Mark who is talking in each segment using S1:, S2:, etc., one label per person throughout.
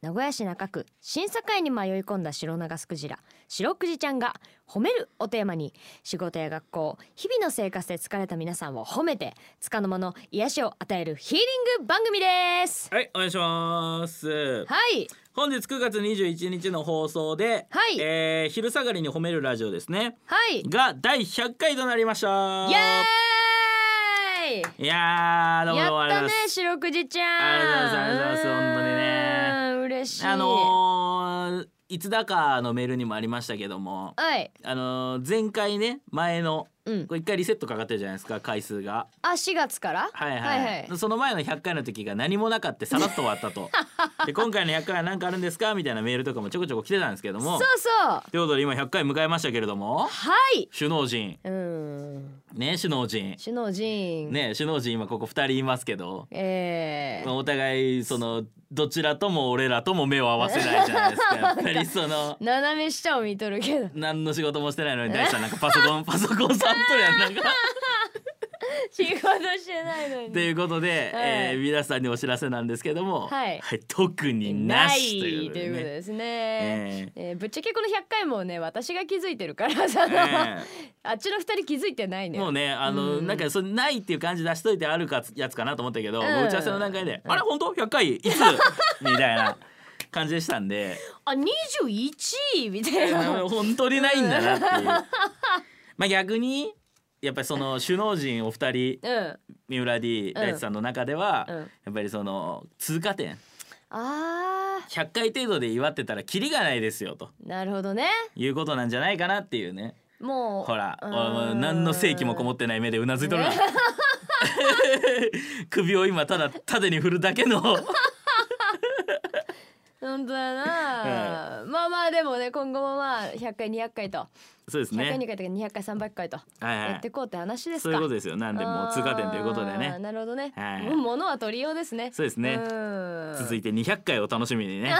S1: 名古屋市中区審査会に迷い込んだ白長スクジラ白くじちゃんが褒めるおテーマに仕事や学校日々の生活で疲れた皆さんを褒めて束の間の癒しを与えるヒーリング番組です
S2: はいお願いします
S1: はい
S2: 本日9月21日の放送で、
S1: はい
S2: えー昼下がりに褒めるラジオですね
S1: はいイ
S2: が第100回となりました
S1: エーイ
S2: いやーどうも
S1: や
S2: どうもあ
S1: っ
S2: りが
S1: た
S2: とうござ
S1: ね
S2: います
S1: 白くじちゃん
S2: ありがとうございますありがとうございます本当に
S1: う
S2: ね
S1: ーん嬉しい
S2: あのーいつだかのメールにもありましたけども
S1: はい
S2: あのー前回ね前の
S1: うん
S2: これ一回リセットかかってるじゃないですか回数が
S1: あ4月から
S2: はいはい、その前の100回の時が何もなかってさらっと終わったとで今回の100回は何かあるんですかみたいなメールとかもちょこちょこ来てたんですけど
S1: そ
S2: も
S1: うそう
S2: ということで今100回迎えましたけれども
S1: はい
S2: 首脳陣
S1: うーん
S2: ね首脳陣
S1: 首脳陣、
S2: ね首脳陣今ここ2人いますけど
S1: えー、
S2: お互いそのどちらとも俺らとも目を合わせないじゃないですかやっぱりその
S1: 斜め下を見とるけど
S2: 何の仕事もしてないのに大地さんなんかパソコンパソコン触っとるやんなんか。
S1: 仕事してないのに
S2: ということで、
S1: はい
S2: えー皆さんにお知らせなんですけども、
S1: はい
S2: 特にな
S1: ない
S2: し
S1: と
S2: とい
S1: いうう
S2: ことで
S1: こと
S2: ね。
S1: です
S2: え
S1: ね。
S2: ー
S1: えーぶっちゃけこの100回もね私が気づいてるから さ、
S2: え
S1: あっちの2人気づいてないね
S2: もうねあの、
S1: うん
S2: なんかそれないっていう感じ出しといてあるかやつかなと思ったけど、
S1: うん
S2: もう打ち合わせの段階で「あれ本当 ?100 回 いつ? 」みたいな感じでしたんで
S1: あ21位みたい
S2: あ
S1: な
S2: の本当にないんだなって いう。まあ逆にやっぱりその首脳陣お二人
S1: うん
S2: 三浦 D 大地さんの中では、
S1: うん
S2: やっぱりその通過点
S1: あ
S2: 100回程度で祝ってたらキリがないですよと
S1: ーなるほどね
S2: いうことなんじゃないかなっていうね
S1: もう
S2: ほら
S1: うーん
S2: おい何の正気もこもってない目でうなずいとるな 首を今ただ縦に振るだけの
S1: 本当だな、まあまあでもね今後もまあ100回200回と
S2: そうです
S1: 100回200
S2: ね
S1: 回とか200回300回と
S2: はいはい
S1: やっていこうって話です
S2: そ
S1: か、
S2: ういうことですよなんでもう通過点ということで
S1: あー
S2: ね
S1: なるほどね、
S2: はい
S1: もう物は取りようですね
S2: そうですね
S1: うん
S2: 続いて200回を楽しみに ね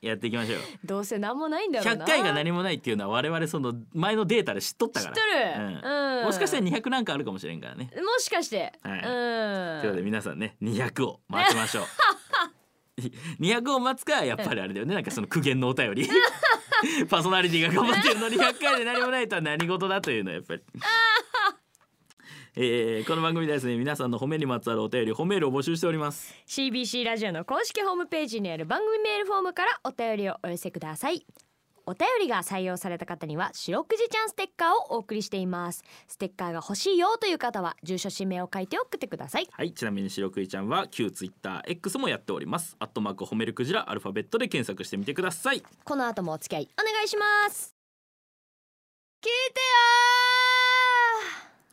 S2: やっていきましょう
S1: どうせ何もないんだろう
S2: 100
S1: な
S2: 回が何もないっていうのは我々その前のデータで知っとったから
S1: 知っとる
S2: うん
S1: うん
S2: もしかしたら200なんかあるかもしれんからね
S1: もしかして、
S2: は
S1: う
S2: い
S1: ん
S2: ということで皆さんね200を待ちましょう。200を待つかやっぱりあれだよねなんかその苦言のお便りパーソナリティが頑張ってるのに100回で何もないとは何事だというのはやっぱり。えーこの番組ではですね皆さんの褒めにまつわるお便り褒めるを募集しております
S1: CBC ラジオの公式ホームページにある番組メールフォームからお便りをお寄せくださいお便りが採用された方には白くじちゃんステッカーをお送りしていますステッカーが欲しいよという方は住所氏名を書いて送ってください
S2: はいちなみに白クイちゃんは旧 TwitterX もやっておりますアットマーク褒めるクジラアルファベットで検索してみてください
S1: この後もお付き合いお願いします聞いて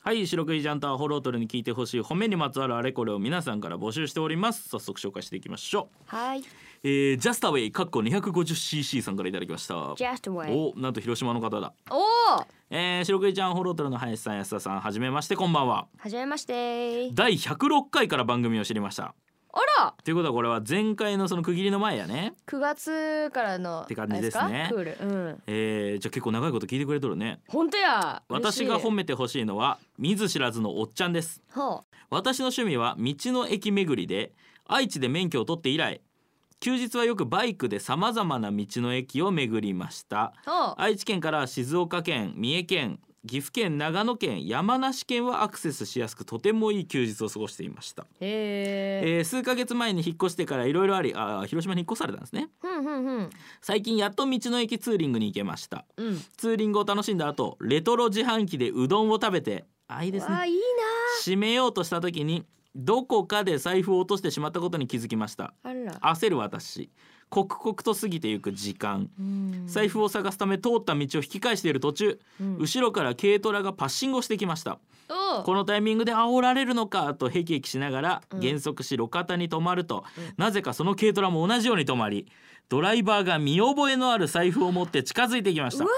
S2: はい白クイちゃんとアホロートルに聞いてほしい褒めにまつわるあれこれを皆さんから募集しております早速紹介していきましょう
S1: よーはい
S2: えー、ジャスタウェイかっこ 250cc さんからいただきました。
S1: Just wait
S2: おなんと広島の方だ。
S1: おお
S2: えー、白クイちゃんホロトルの林さん安田さんはじめましてこんばんは。
S1: はじめまして
S2: 第106回から番組を知りました。
S1: あら
S2: ということはこれは前回のその区切りの前やね。
S1: 9月からの
S2: って感じですね
S1: あれかクールうん
S2: えー、じゃあ結構長いこと聞いてくれとるね。
S1: 本当や嬉し
S2: 私
S1: い
S2: が褒めてほしいのは見ず知らずのおっちゃんです。
S1: ほ
S2: 私の趣味は道の駅巡りで愛知で免許を取って以来休日はよくバイクでさまざまな道の駅を巡りました。
S1: うほう
S2: 愛知県から静岡県三重県岐阜県長野県山梨県はアクセスしやすくとてもいい休日を過ごしていました、
S1: へえ。
S2: えー数ヶ月前に引っ越してからいろいろありあー広島に引っ越されたんですね
S1: ふんふんふん。
S2: 最近やっと道の駅ツーリングに行けました
S1: うん。
S2: ツーリングを楽しんだ後レトロ自販機でうどんを食べてあいいです
S1: わ
S2: ね
S1: あいい
S2: 閉めようとした時にどこかで財布を落としてしまったことに気づきました
S1: な。あら。
S2: 焦る私刻々と過ぎてゆく時間
S1: うん
S2: 財布を探すため通った道を引き返している途中
S1: うん
S2: 後ろから軽トラがパッシングをしてきました
S1: おう
S2: このタイミングで煽られるのかとヘキヘキしながら
S1: うん
S2: 減速し路肩に止まると、
S1: うん
S2: なぜかその軽トラも同じように止まりドライバーが見覚えのある財布を持って近づいてきました
S1: うわ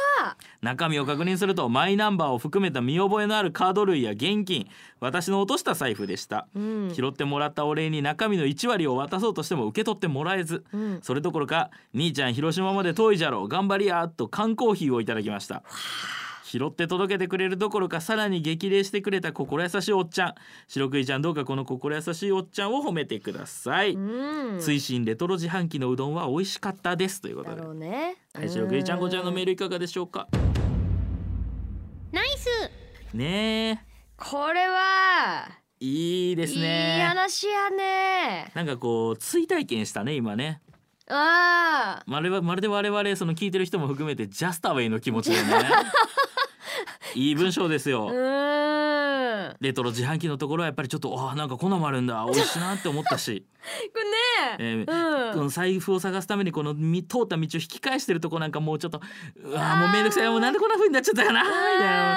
S2: 中身を確認するとマイナンバーを含めた見覚えのあるカード類や現金私の落とした財布でした、
S1: うん
S2: 拾ってもらったお礼に中身の1割を渡そうとしても受け取ってもらえず
S1: うん
S2: それどころか「兄ちゃん広島まで遠いじゃろ頑張りや」と缶コーヒーをいただきました拾って届けてくれるどころかさらに激励してくれた心優しいおっちゃん白クイちゃんどうかこの心優しいおっちゃんを褒めてください、
S1: うん
S2: 追伸レトロ自販機のうどんは美味しかったですということ
S1: だ
S2: で、
S1: ろうね
S2: はい、白クイちゃんこちらのメー
S1: ル
S2: ルいかがでしょうか
S3: ナイス
S2: ね
S1: これは
S2: えいいです
S1: いい
S2: ね
S1: 話やね
S2: なんかこう追体験したね今ね
S1: ああ
S2: まるでまるで我々その聞いてる人も含めてジャスタウェイの気持ちで ねいい文章ですよ、
S1: うーん
S2: レトロ自販機のところはやっぱりちょっとあーなんかこんなのもあるんだ美味しいなって思っ たし、
S1: これね
S2: えー
S1: うん
S2: この財布を探すためにこのみ通った道を引き返してるとこなんかもうちょっとうわーもうめんどくさいもうなんでこんな風になっちゃったかなみたいな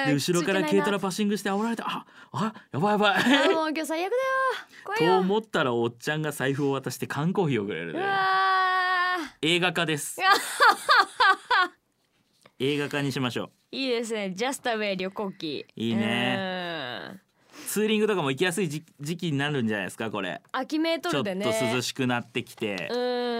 S1: あー
S2: で後ろから軽トラ
S1: つい
S2: パッシングして煽られてああやばいやば
S1: てないないあーもう今日最悪だよ怖い
S2: と
S1: よ
S2: 思ったらおっちゃんが財布を渡して缶コーヒーをくれる
S1: う
S2: ね
S1: わー
S2: 映画化で す
S1: うわ
S2: 映画化にしましょう
S1: いいですねジャスタウェイ旅行記
S2: いい
S1: ね
S2: ツーリングとかも行きやすい時時期になるんじゃないですかこれ
S1: 秋メート
S2: ちょ
S1: ル
S2: っと
S1: でね
S2: 涼
S1: し
S2: しくなってきて、
S1: うん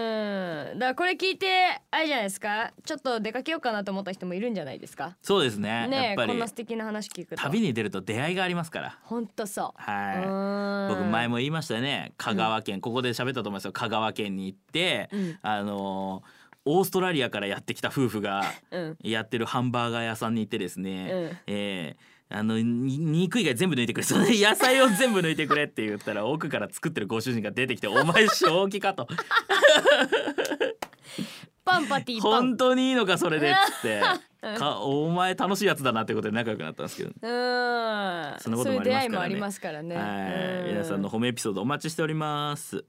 S1: だからこれ聞いてあれじゃないですかちょっと出かけようかなと思った人もいるんじゃないですか
S2: そうですねや
S1: ね
S2: っ
S1: え
S2: ぱ
S1: こん
S2: り
S1: な素敵な話聞くと
S2: 旅に出ると出会いがありますから
S1: ほんとそう
S2: はいい僕前
S1: も
S2: も言いましたね香川県、ここで喋ったと思いますよ香川県に行って、
S1: うん
S2: あのーオーストラリアからやってきた夫婦が
S1: うん
S2: やってるハンバーガー屋さんに行ってですね、
S1: う
S2: えーあのに肉以外全部抜いてくれその 野菜を全部抜いてくれって言ったら奥から作ってるご主人が出 てきて「お前正気か」と
S1: パンパティパン
S2: 本当にいいのかそれでっつって
S1: うん
S2: かお前楽しいやつだなってことで仲良くなったんですけど、
S1: うん
S2: そんなこと
S1: そうい
S2: もありますからね
S1: う出会いもありますからね
S2: は
S1: う
S2: い皆さんの褒めエピソードお待ちしております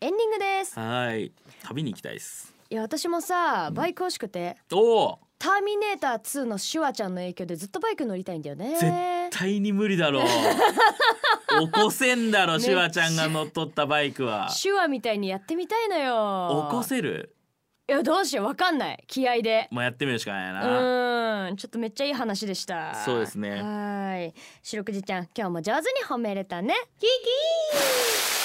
S1: エンディングです
S2: はい旅に行きたいです
S1: いや私もさバイク欲しくて
S2: おお
S1: ターミネーター2のシュワちゃんの影響でずっとバイク乗りたいんだよね
S2: 絶対に無理だ ろう起こせんだろシュワちゃんが乗っ取ったバイクは
S1: 手話みたいにやってみたいのよ
S2: 起こせる
S1: いやどうしようわかんない気合で
S2: まあやってみるしかないうな
S1: ーんちょっとめっちゃいい話でした
S2: そうですね
S1: はーい白くじちゃん今日も上手に褒めれたねキキー